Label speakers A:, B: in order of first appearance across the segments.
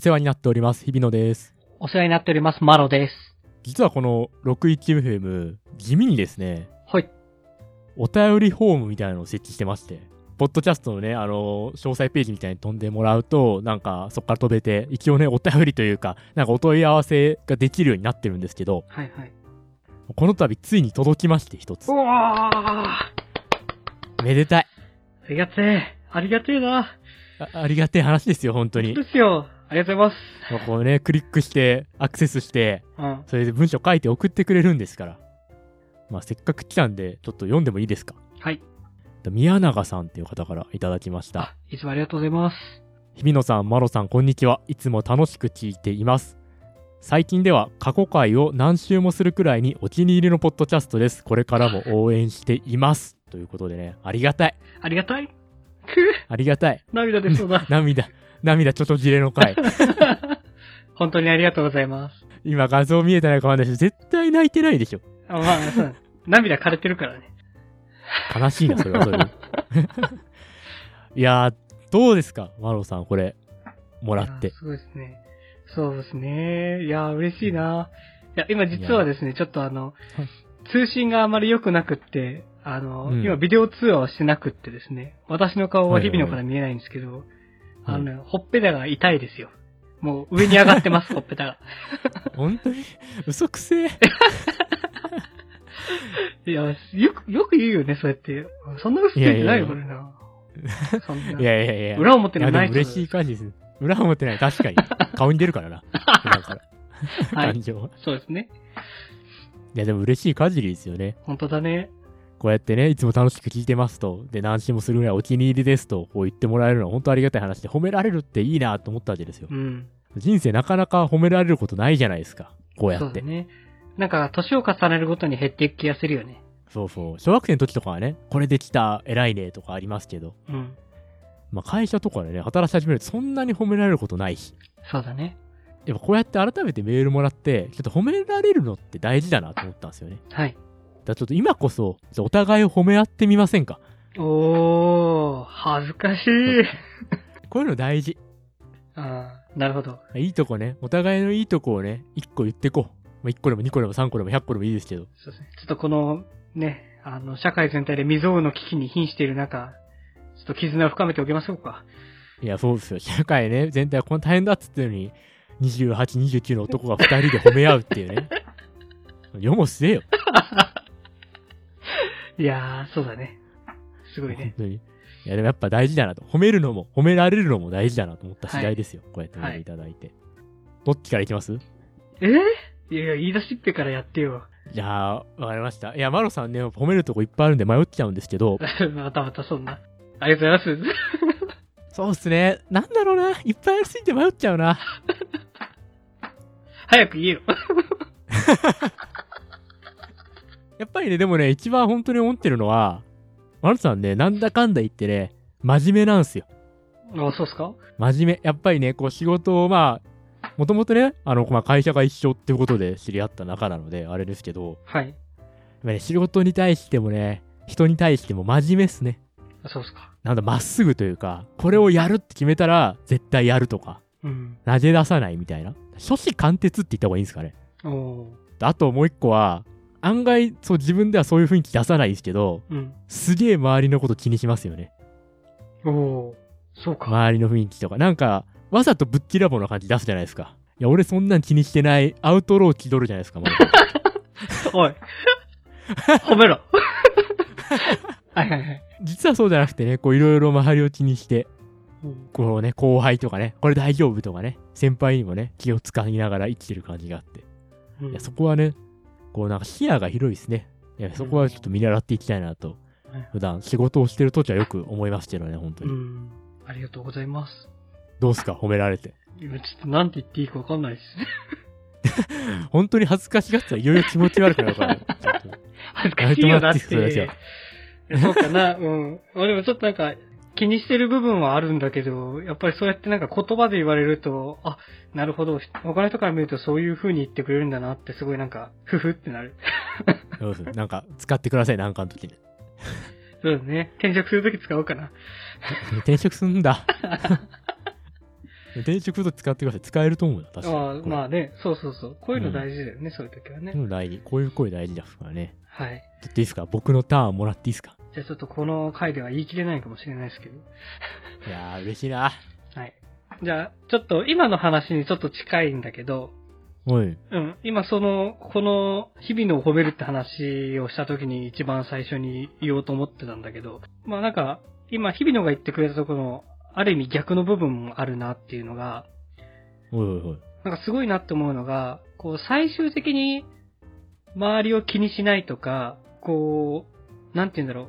A: 世話になっております。日比野です。
B: お世話になっております、マロです。
A: 実はこの 61FM、地味にですね、
B: はい。
A: お便りフォームみたいなのを設置してまして、ポッドキャストのね、あの、詳細ページみたいに飛んでもらうと、なんかそこから飛べて、一応ね、お便りというか、なんかお問い合わせができるようになってるんですけど、
B: はいはい。
A: この度ついに届きまして、一つ
B: う。わあ
A: めでたい。
B: ありがてえ。ありがてえな。
A: あありがてえ話ですよ、本当に
B: で。すよ。ありがとうござい
A: こうね、クリックして、アクセスして、
B: ます。
A: それで文章書いて送ってくれるんですから。まあ、せっかく来たんで、ちょっと読んでもいいですか。
B: うん。はい。
A: 宮永さんっていう方からいただきました。
B: あ、いつもありがとうございます。
A: 日比野さん、マロさん、こんにちは。いつも楽しく聞いています。最近では過去回を何周もするくらいにお気に入りのポッドキャストです。これからも応援しています。ということでね、ありがたい。
B: ありがたい。くぅ、
A: ありがたい。。
B: 涙出そうだ
A: 涙、涙ちょちょじれの回。
B: 本当にありがとうございます。
A: 今画像見えてないかわかんないし、絶対泣いてないでしょ。
B: あまあ、そう涙枯れてるからね。
A: 悲しいな、それはそれで。 いやー、どうですか、マロさん、これ、もらって
B: いや。。そうですね。そうですね。いや、嬉しいな。いや、今実はですね、ちょっとあの
A: はい、
B: 通信があまり良くなくって、あの、
A: うん
B: 今ビデオ通話をしてなくってですね、私の顔は日々のから見えないんですけど、あのね、ほっぺたが痛いですよ。もう上に上がっ てます、ほっぺたが。
A: 本当に嘘くせえ。
B: いや、よく、よく言うよね、そうやって。そんな嘘ついてないよ、
A: いや
B: 俺な。 そん
A: い
B: な。
A: やいやいや。
B: 裏表
A: い
B: の
A: やで
B: ない
A: も
B: 人
A: 嬉しい感じですね。裏表ない、確か に。顔に出るからな。裏から。
B: はい
A: 感情は。
B: そうですね。
A: いや、でも嬉しい限りですよね。
B: 本当だね。
A: こうやってね、いつも楽しく聞いてますと、で、何周もするぐらいお気に入りですと、こう言ってもらえるのは本当ありがたい話で、褒められるっていいなと思ったわけですよ
B: う。ん。
A: 人生なかなか褒められることないじゃないですか。こうや
B: そ
A: っ
B: う
A: て。
B: だね。なんか、年を重ねるごとに減っていく気がするよね。
A: そうそう。小学生の時とかはね、これできた、偉いねとかありますけど、
B: うん。
A: まあ会社とかでね、働き始めるとそんなに褒められることないし。
B: そうだね。
A: やっぱこうやって改めてメールもらって、ちょっと褒められるのって大事だなと思ったんですよね。
B: はい。
A: だからちょっと今こそ、ちょっとお互いを褒め合ってみませんか。
B: おー、恥ずかしい。
A: こういうの大事。
B: あーなるほど。
A: いいとこね。お互いのいいとこをね、1個言ってこう。まあ、1個でも2個でも3個でも100個でもいいですけど。
B: そうですね。ちょっとこの、ね、あの、社会全体で未曾有の危機に瀕している中、ちょっと絆を深めておきましょうか。
A: いや、そうですよ。社会ね、全体はこんな大変だっつってのに、28、29の男が2人で褒め合うっていうね。世も 末よ。
B: いやー、そうだね。すごい
A: 本
B: ね。
A: 当に。いや、でもやっぱ大事だなと。褒めるのも、褒められるのも大事だなと思った次第ですよ。こうやってメールいただいて。どっちからいきます
B: えー、いやいや、言い出しっぺからやってよ。
A: いやー、わかりました。いや、マロさんね、褒めるとこいっぱいあるんで迷っちゃうんですけど、
B: またまたそんな。ありがとうございます。
A: そうっすね。なんだろうな。いっぱいありすぎて迷っちゃうな。
B: 早く言えよ。
A: やっぱりね、でもね、一番本当に思ってるのは、マロさんね、なんだかんだ言ってね、真面目なんすよ。
B: あ、そうっすか
A: 真面目。やっぱりね、こう仕事を、まあ、もともとね、あの、まあ、会社が一緒ってことで知り合った仲なので、あれですけど、
B: はい。
A: やっぱね、仕事に対してもね、人に対しても真面目っすね。
B: あそうっすか。
A: なんだ、まっすぐというか、これをやるって決めたら、絶対やるとか。
B: うん。
A: 投げ出さないみたいな。初子貫徹って言った方がいいんですかね。
B: おー。
A: あともう一個は、案外、そう自分ではそういう雰囲気出さないですけど、
B: うん。
A: すげえ周りのこと気にしますよね。
B: おー。そうか。
A: 周りの雰囲気とか。なんか、わざとぶっきらぼうな感じ出すじゃないですか。いや、俺そんなん気にしてない、アウトロー気取るじゃないですか、 まだ
B: お い。褒めろ。 はいはいはい。
A: 実はそうじゃなくてね、こういろいろ周りを気にして、
B: うん
A: こうね、後輩とかね、これ大丈夫とかね、先輩にもね、気を使いながら生きてる感じがあって。
B: うん
A: いや、そこはね、こうなんか視野が広いですね。いや、そこはちょっと見習っていきたいなと
B: はい、
A: 普段仕事をしてる時はよく思いますけどね、本当
B: う
A: に。
B: ん。ありがとうございます。
A: どうすか、褒められて。
B: 今ちょっとなんて言っていいかわかんないです。
A: 本当に恥ずかしがってたらいろいろ気持ち悪くなるから。ちょっと
B: 恥ずかしいよな
A: や
B: っ
A: めても
B: て
A: ら。
B: そうかな、うん。俺もちょっとなんか、気にしてる部分はあるんだけど、やっぱりそうやってなんか言葉で言われると、あ、なるほど、他の人から見るとそういう風に言ってくれるんだなってすごいなんか、ふふってなる。
A: どうするなんか、使ってください、なんかの時に。
B: そう ですね。転職するとき使おうかな。
A: 転職すんだ。転職と使ってください。使えると思うな、確かに。
B: ああ、ま
A: あ。
B: あね、そうそうそう。こういうの大事だよね、そういう時はね。
A: でも大事。こういう声大事ですからね。
B: はい。
A: ちょっといいですか僕のターンもらっていいですか
B: じゃあちょっとこの回では言い切れないかもしれないですけど。
A: いやー、嬉しいな。
B: はい。じゃあ、ちょっと今の話にちょっと近いんだけど、
A: おい。
B: うん、今その、この日々のを褒めるって話をした時に一番最初に言おうと思ってたんだけど、まあなんか、今日々野が言ってくれたところの、ある意味逆の部分もあるなっていうのが、
A: おいおいおい。
B: なんかすごいなって思うのが、こう最終的に周りを気にしないとか、こう、なんて言うんだろう。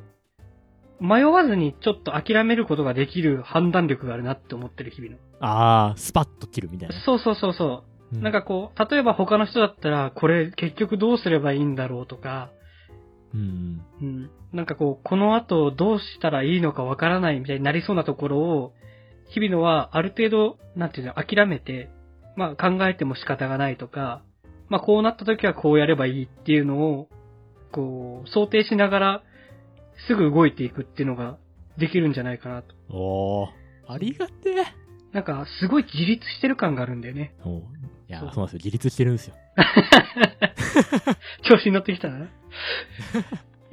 B: 迷わずにちょっと諦めることができる判断力があるなって思ってる日々の。
A: あー、スパッと切るみたいな。
B: そうそうそうそう。
A: う
B: なんか、こう、例えば他の人だったら、これ結局どうすればいいんだろうとか、
A: うん。
B: うん、なんかこう、この後どうしたらいいのかわからないみたいになりそうなところを、日々のはある程度、なんていうの、諦めて、まあ考えても仕方がないとか、まあこうなった時はこうやればいいっていうのを、こう、想定しながら、すぐ動いていくっていうのができるんじゃないかなと。
A: おー、ありがてえ。
B: なんか、すごい自立してる感があるんだよね。
A: おういや
B: そう
A: ー、そうなんですよ。自立してるんですよ。
B: 調子に乗ってきたな。い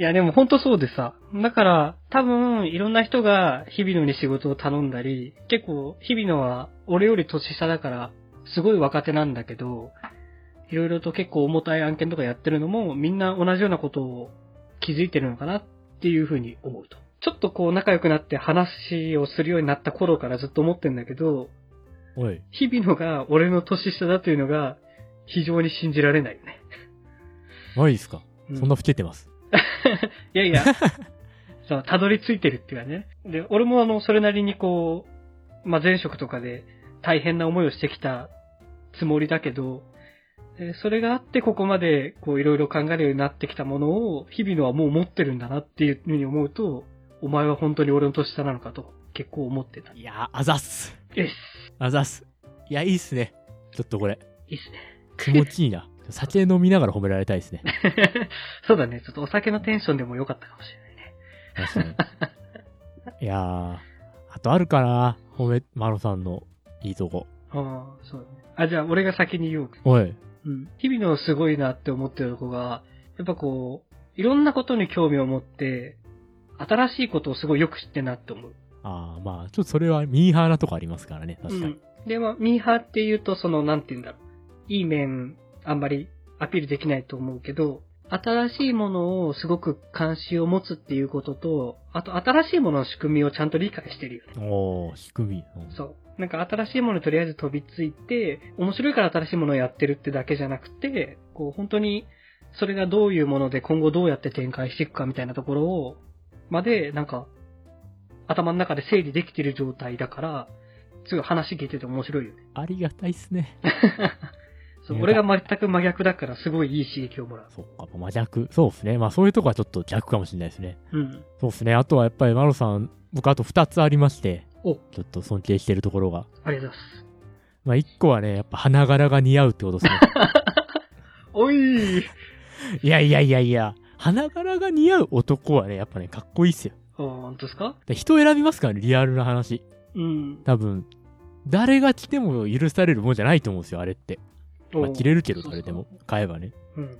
B: や、でも本当そうでさ。だから、多分、いろんな人が、日々野に仕事を頼んだり、結構、日々野は、俺より年下だから、すごい若手なんだけど、いろいろと結構重たい案件とかやってるのも、みんな同じようなことを気づいてるのかなっていうふうに思うと。ちょっとこう仲良くなって話をするようになった頃からずっと思ってんだけど、
A: おい。
B: 日々野が俺の年下だというのが、非常に信じられないよね。
A: マジですか
B: う
A: そんな老けてます。
B: いやいや、そう、たどり着いてるっていうかね。で、俺もあの、それなりにこう、まあ、前職とかで大変な思いをしてきたつもりだけど、えそれがあってここまでこういろいろ考えるようになってきたものを、日々のはもう持ってるんだなっていうふうに思うと、お前は本当に俺の年下なのかと結構思ってた。よ
A: いやー、あざっす。
B: し。いいっ
A: あざっす。いや、いいっすね。ちょっとこれ、
B: す
A: 気持ちいいな。酒飲みながら褒められたいですね。
B: ね。 そうだね。ちょっとお酒のテンションでも良かったかもしれない
A: 確
B: ね。
A: かに。いやー、あとあるかな褒め、マロさんのいいとこ。
B: ああ、そうだね。あ、じゃあ俺が先に言おうか
A: おい。
B: うん。日々のすごいなって思ってる子が、やっぱこう、いろんなことに興味を持って、新しいことをすごいよく知ってんなって思う。
A: ああ、まあ、ちょっとそれはミーハーなとこありますからね。確かに。
B: うん。で、まあ、ミーハーって言うと、その、なんて言うんだろう。いい面、あんまりアピールできないと思うけど、新しいものをすごく関心を持つっていうことと、あと新しいものの仕組みをちゃんと理解してるよね。
A: おー、仕組み。うん
B: そう。なんか新しいものにとりあえず飛びついて、面白いから新しいものをやってるってだけじゃなくて、こう本当にそれがどういうもので今後どうやって展開していくかみたいなところを、までなんか頭の中で整理できてる状態だから、すごい話聞いてて面白いよ ね。
A: ありがたいっすね。
B: そう
A: いや
B: 俺が全く真逆だからすごいいい刺激をもらう。
A: そっか、真逆。そうですね。まあ、そういうとこはちょっと逆かもしれないですね。
B: うん。
A: そうですね。あとはやっぱりマロさん、僕あと2つありまして、
B: お、
A: ちょっと尊敬してるところが。
B: ありがとうございます。
A: まあ、1個はね、やっぱ花柄が似合うってことですね。
B: おい
A: いやいやいやいや、花柄が似合う男はね、やっぱね、かっこいいっすよ。
B: あ、本当ですか
A: で人選びますからね、リアルな話。
B: うん。
A: 多分、誰が来ても許されるもんじゃないと思うんですよ、あれって。まあ、着れるけど、
B: そうそう
A: 誰でも。買えばね。
B: うん。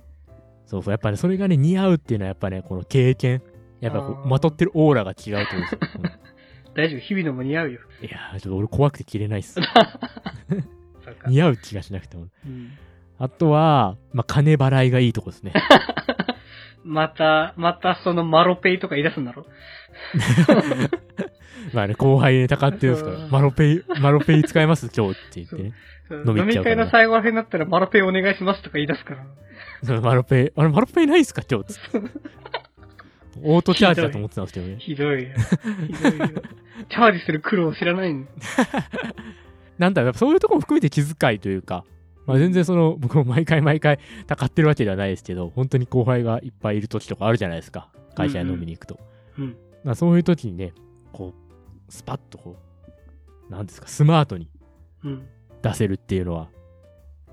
A: そうそう。やっぱね、それがね、似合うっていうのは、やっぱね、この経験。やっぱこ
B: あ
A: う、
B: ー
A: まとってるオーラが違うと思うんですよ。
B: 大丈夫、日々のも似合うよ。
A: うんいやー、ちょっと俺怖くて着れないっす。
B: なんか
A: 似合う気がしなくても。
B: うん
A: あとは、まあ、金払いがいいとこですね。
B: また、またそのマロペイとか言い出すんだろ
A: まあね、後輩ネタ買ってるんですか
B: う
A: ら、
B: ん
A: マロペイ、マロペイ使い ます今日って言ってね。飲み行
B: 飲
A: っ
B: み
A: ちゃうから
B: 会の最後ら辺になったらマロペイお願いしますとか言い出すから。
A: そのマロペイ、あれ、マロペイないっすか今日つ って。オートチャージだと思ってたんですけどね。
B: ひどいよ。ひど いよ。チャージする苦労を知らないの。
A: なんだろうやっぱそういうとこも含めて気遣いというか、まあ、全然その、僕も毎回毎回、たかってるわけではないですけど、本当に後輩がいっぱいいる時とかあるじゃないですか。会社に飲みに行くと。
B: うん。
A: まあ、そういう時にね、こう、スパッとこう、なんですか、スマートに
B: うん。
A: 出せるっていうのは、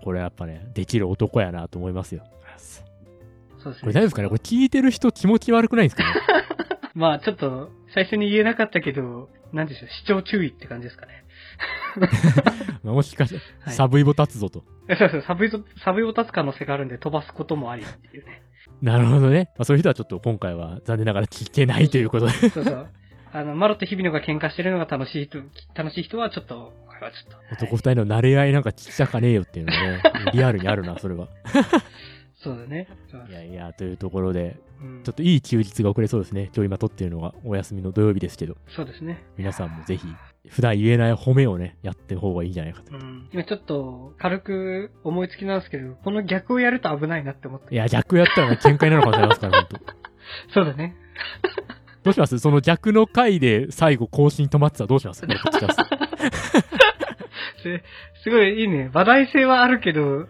A: これやっぱね、できる男やなと思いますよ。
B: そうです
A: これ大
B: ね。
A: 丈夫ですかねこれ聞いてる人気持ち悪くないですか ね
B: まあちょっと、最初に言えなかったけど、なんでしょう、視聴注意って感じですかね。
A: まあもしかし
B: はい
A: サブイボ立つぞと。
B: えそうそう、サブイボ、サブイボ立つ可能性があるんで飛ばすこともありってい うね。
A: なるほどね。まあ、そういう人はちょっと今回は残念ながら聞けないということで。
B: そうそう。あの、マロと日比野が喧嘩してるのが楽しい人、楽しい人はちょっと、これはちょっと。はい
A: 男二人の慣れ合いなんかちっちゃかねえよっていうのが ね、リアルにあるな、それは。
B: そうだね。そう
A: いやいや、というところで、
B: うん
A: ちょっといい休日が遅れそうですね。今日今撮ってるのがお休みの土曜日ですけど、
B: そうですね。
A: 皆さんもぜひ、普段言えない褒めをね、やってる方がいいんじゃないかと
B: う。ん。今ちょっと、軽く思いつきなんですけど、この逆をやると危ないなって思った
A: い。や、逆やったらね喧嘩になるかもしれませんから、本当。
B: そうだね。
A: どうしますその逆の回で最後更新止まってたらどう しますこれポッドキャスト
B: すすごいいいね。話題性はあるけど、
A: うん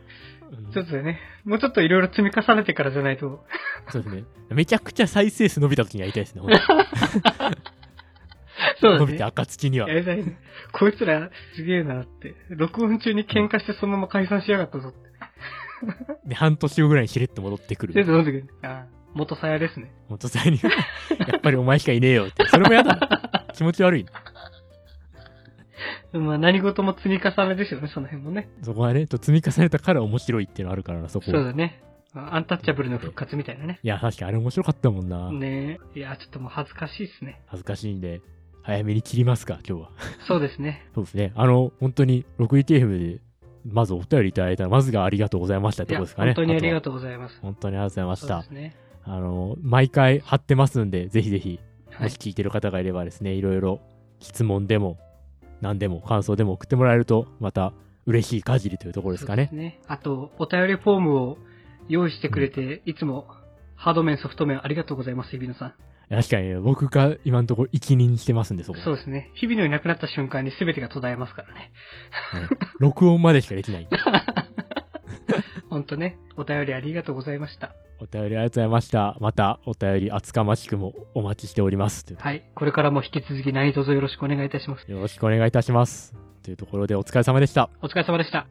B: ちょっとね、もうちょっといろいろ積み重ねてからじゃな いと。
A: そうですね。めちゃくちゃ再生数伸びた時にやりたいですね、本当
B: そうだ
A: 伸び
B: ね
A: た。暁には
B: や。りたいね。こいつらすげえなって。録音中に喧嘩してそのまま解散しやがったぞって。
A: で、半年後ぐらいにしれっと戻ってく
B: ちょ
A: る。
B: っと飲んでくる。ああ、元さやですね。
A: 本当さに、やっぱりお前しかいねえよって。それもやだ な。気持ち悪いな。
B: まあ何事も積み重ねですよね、その辺もね。
A: そこはね、と積み重ねたから面白いっていうのあるからな、そこ
B: そう。だね。アンタッチャブルの復活みたいなね。
A: いや、確かにあれ面白かったもんな。
B: ねえ。いや、ちょっともう恥ずかしいですね。
A: 恥ずかしいんで、早めに切りますか、今日は。
B: そうですね。
A: そうですね。あの、本当に、6ETF で、まずお便りいただいたら、まずがありがとうございましたっ
B: い
A: て
B: や、
A: ことですかね。
B: 本当にありが
A: と
B: とうございます
A: う。。本当にありがとうござい
B: そ
A: ま
B: う
A: し
B: ですね。
A: た。あの、毎回貼ってますんで、ぜひぜひ、
B: は
A: も
B: い
A: し。聞いてる方がいればですね、いろいろ質問でも、何でも、感想でも送ってもらえると、また嬉しい限りというところですかね。
B: そうあと、お便りフォームを用意してくれて、いつもハード面、ソフト面ありがとうございます、日比野さん。
A: 確かにね、僕が今のところ一任してますんで、そこ。
B: そうですね。日比野いなくなった瞬間に全てが途絶えますからね。
A: ね録音までしかできない。
B: ほんとね、お便りありがとうございました。
A: お便りありがとうございました。また、お便り厚かましくもお待ちしております。という
B: はい。これからも引き続き何卒よろしくお願いいたします。
A: よろしくお願いいたします。というところでお疲れ様でした。
B: お疲れ様でした。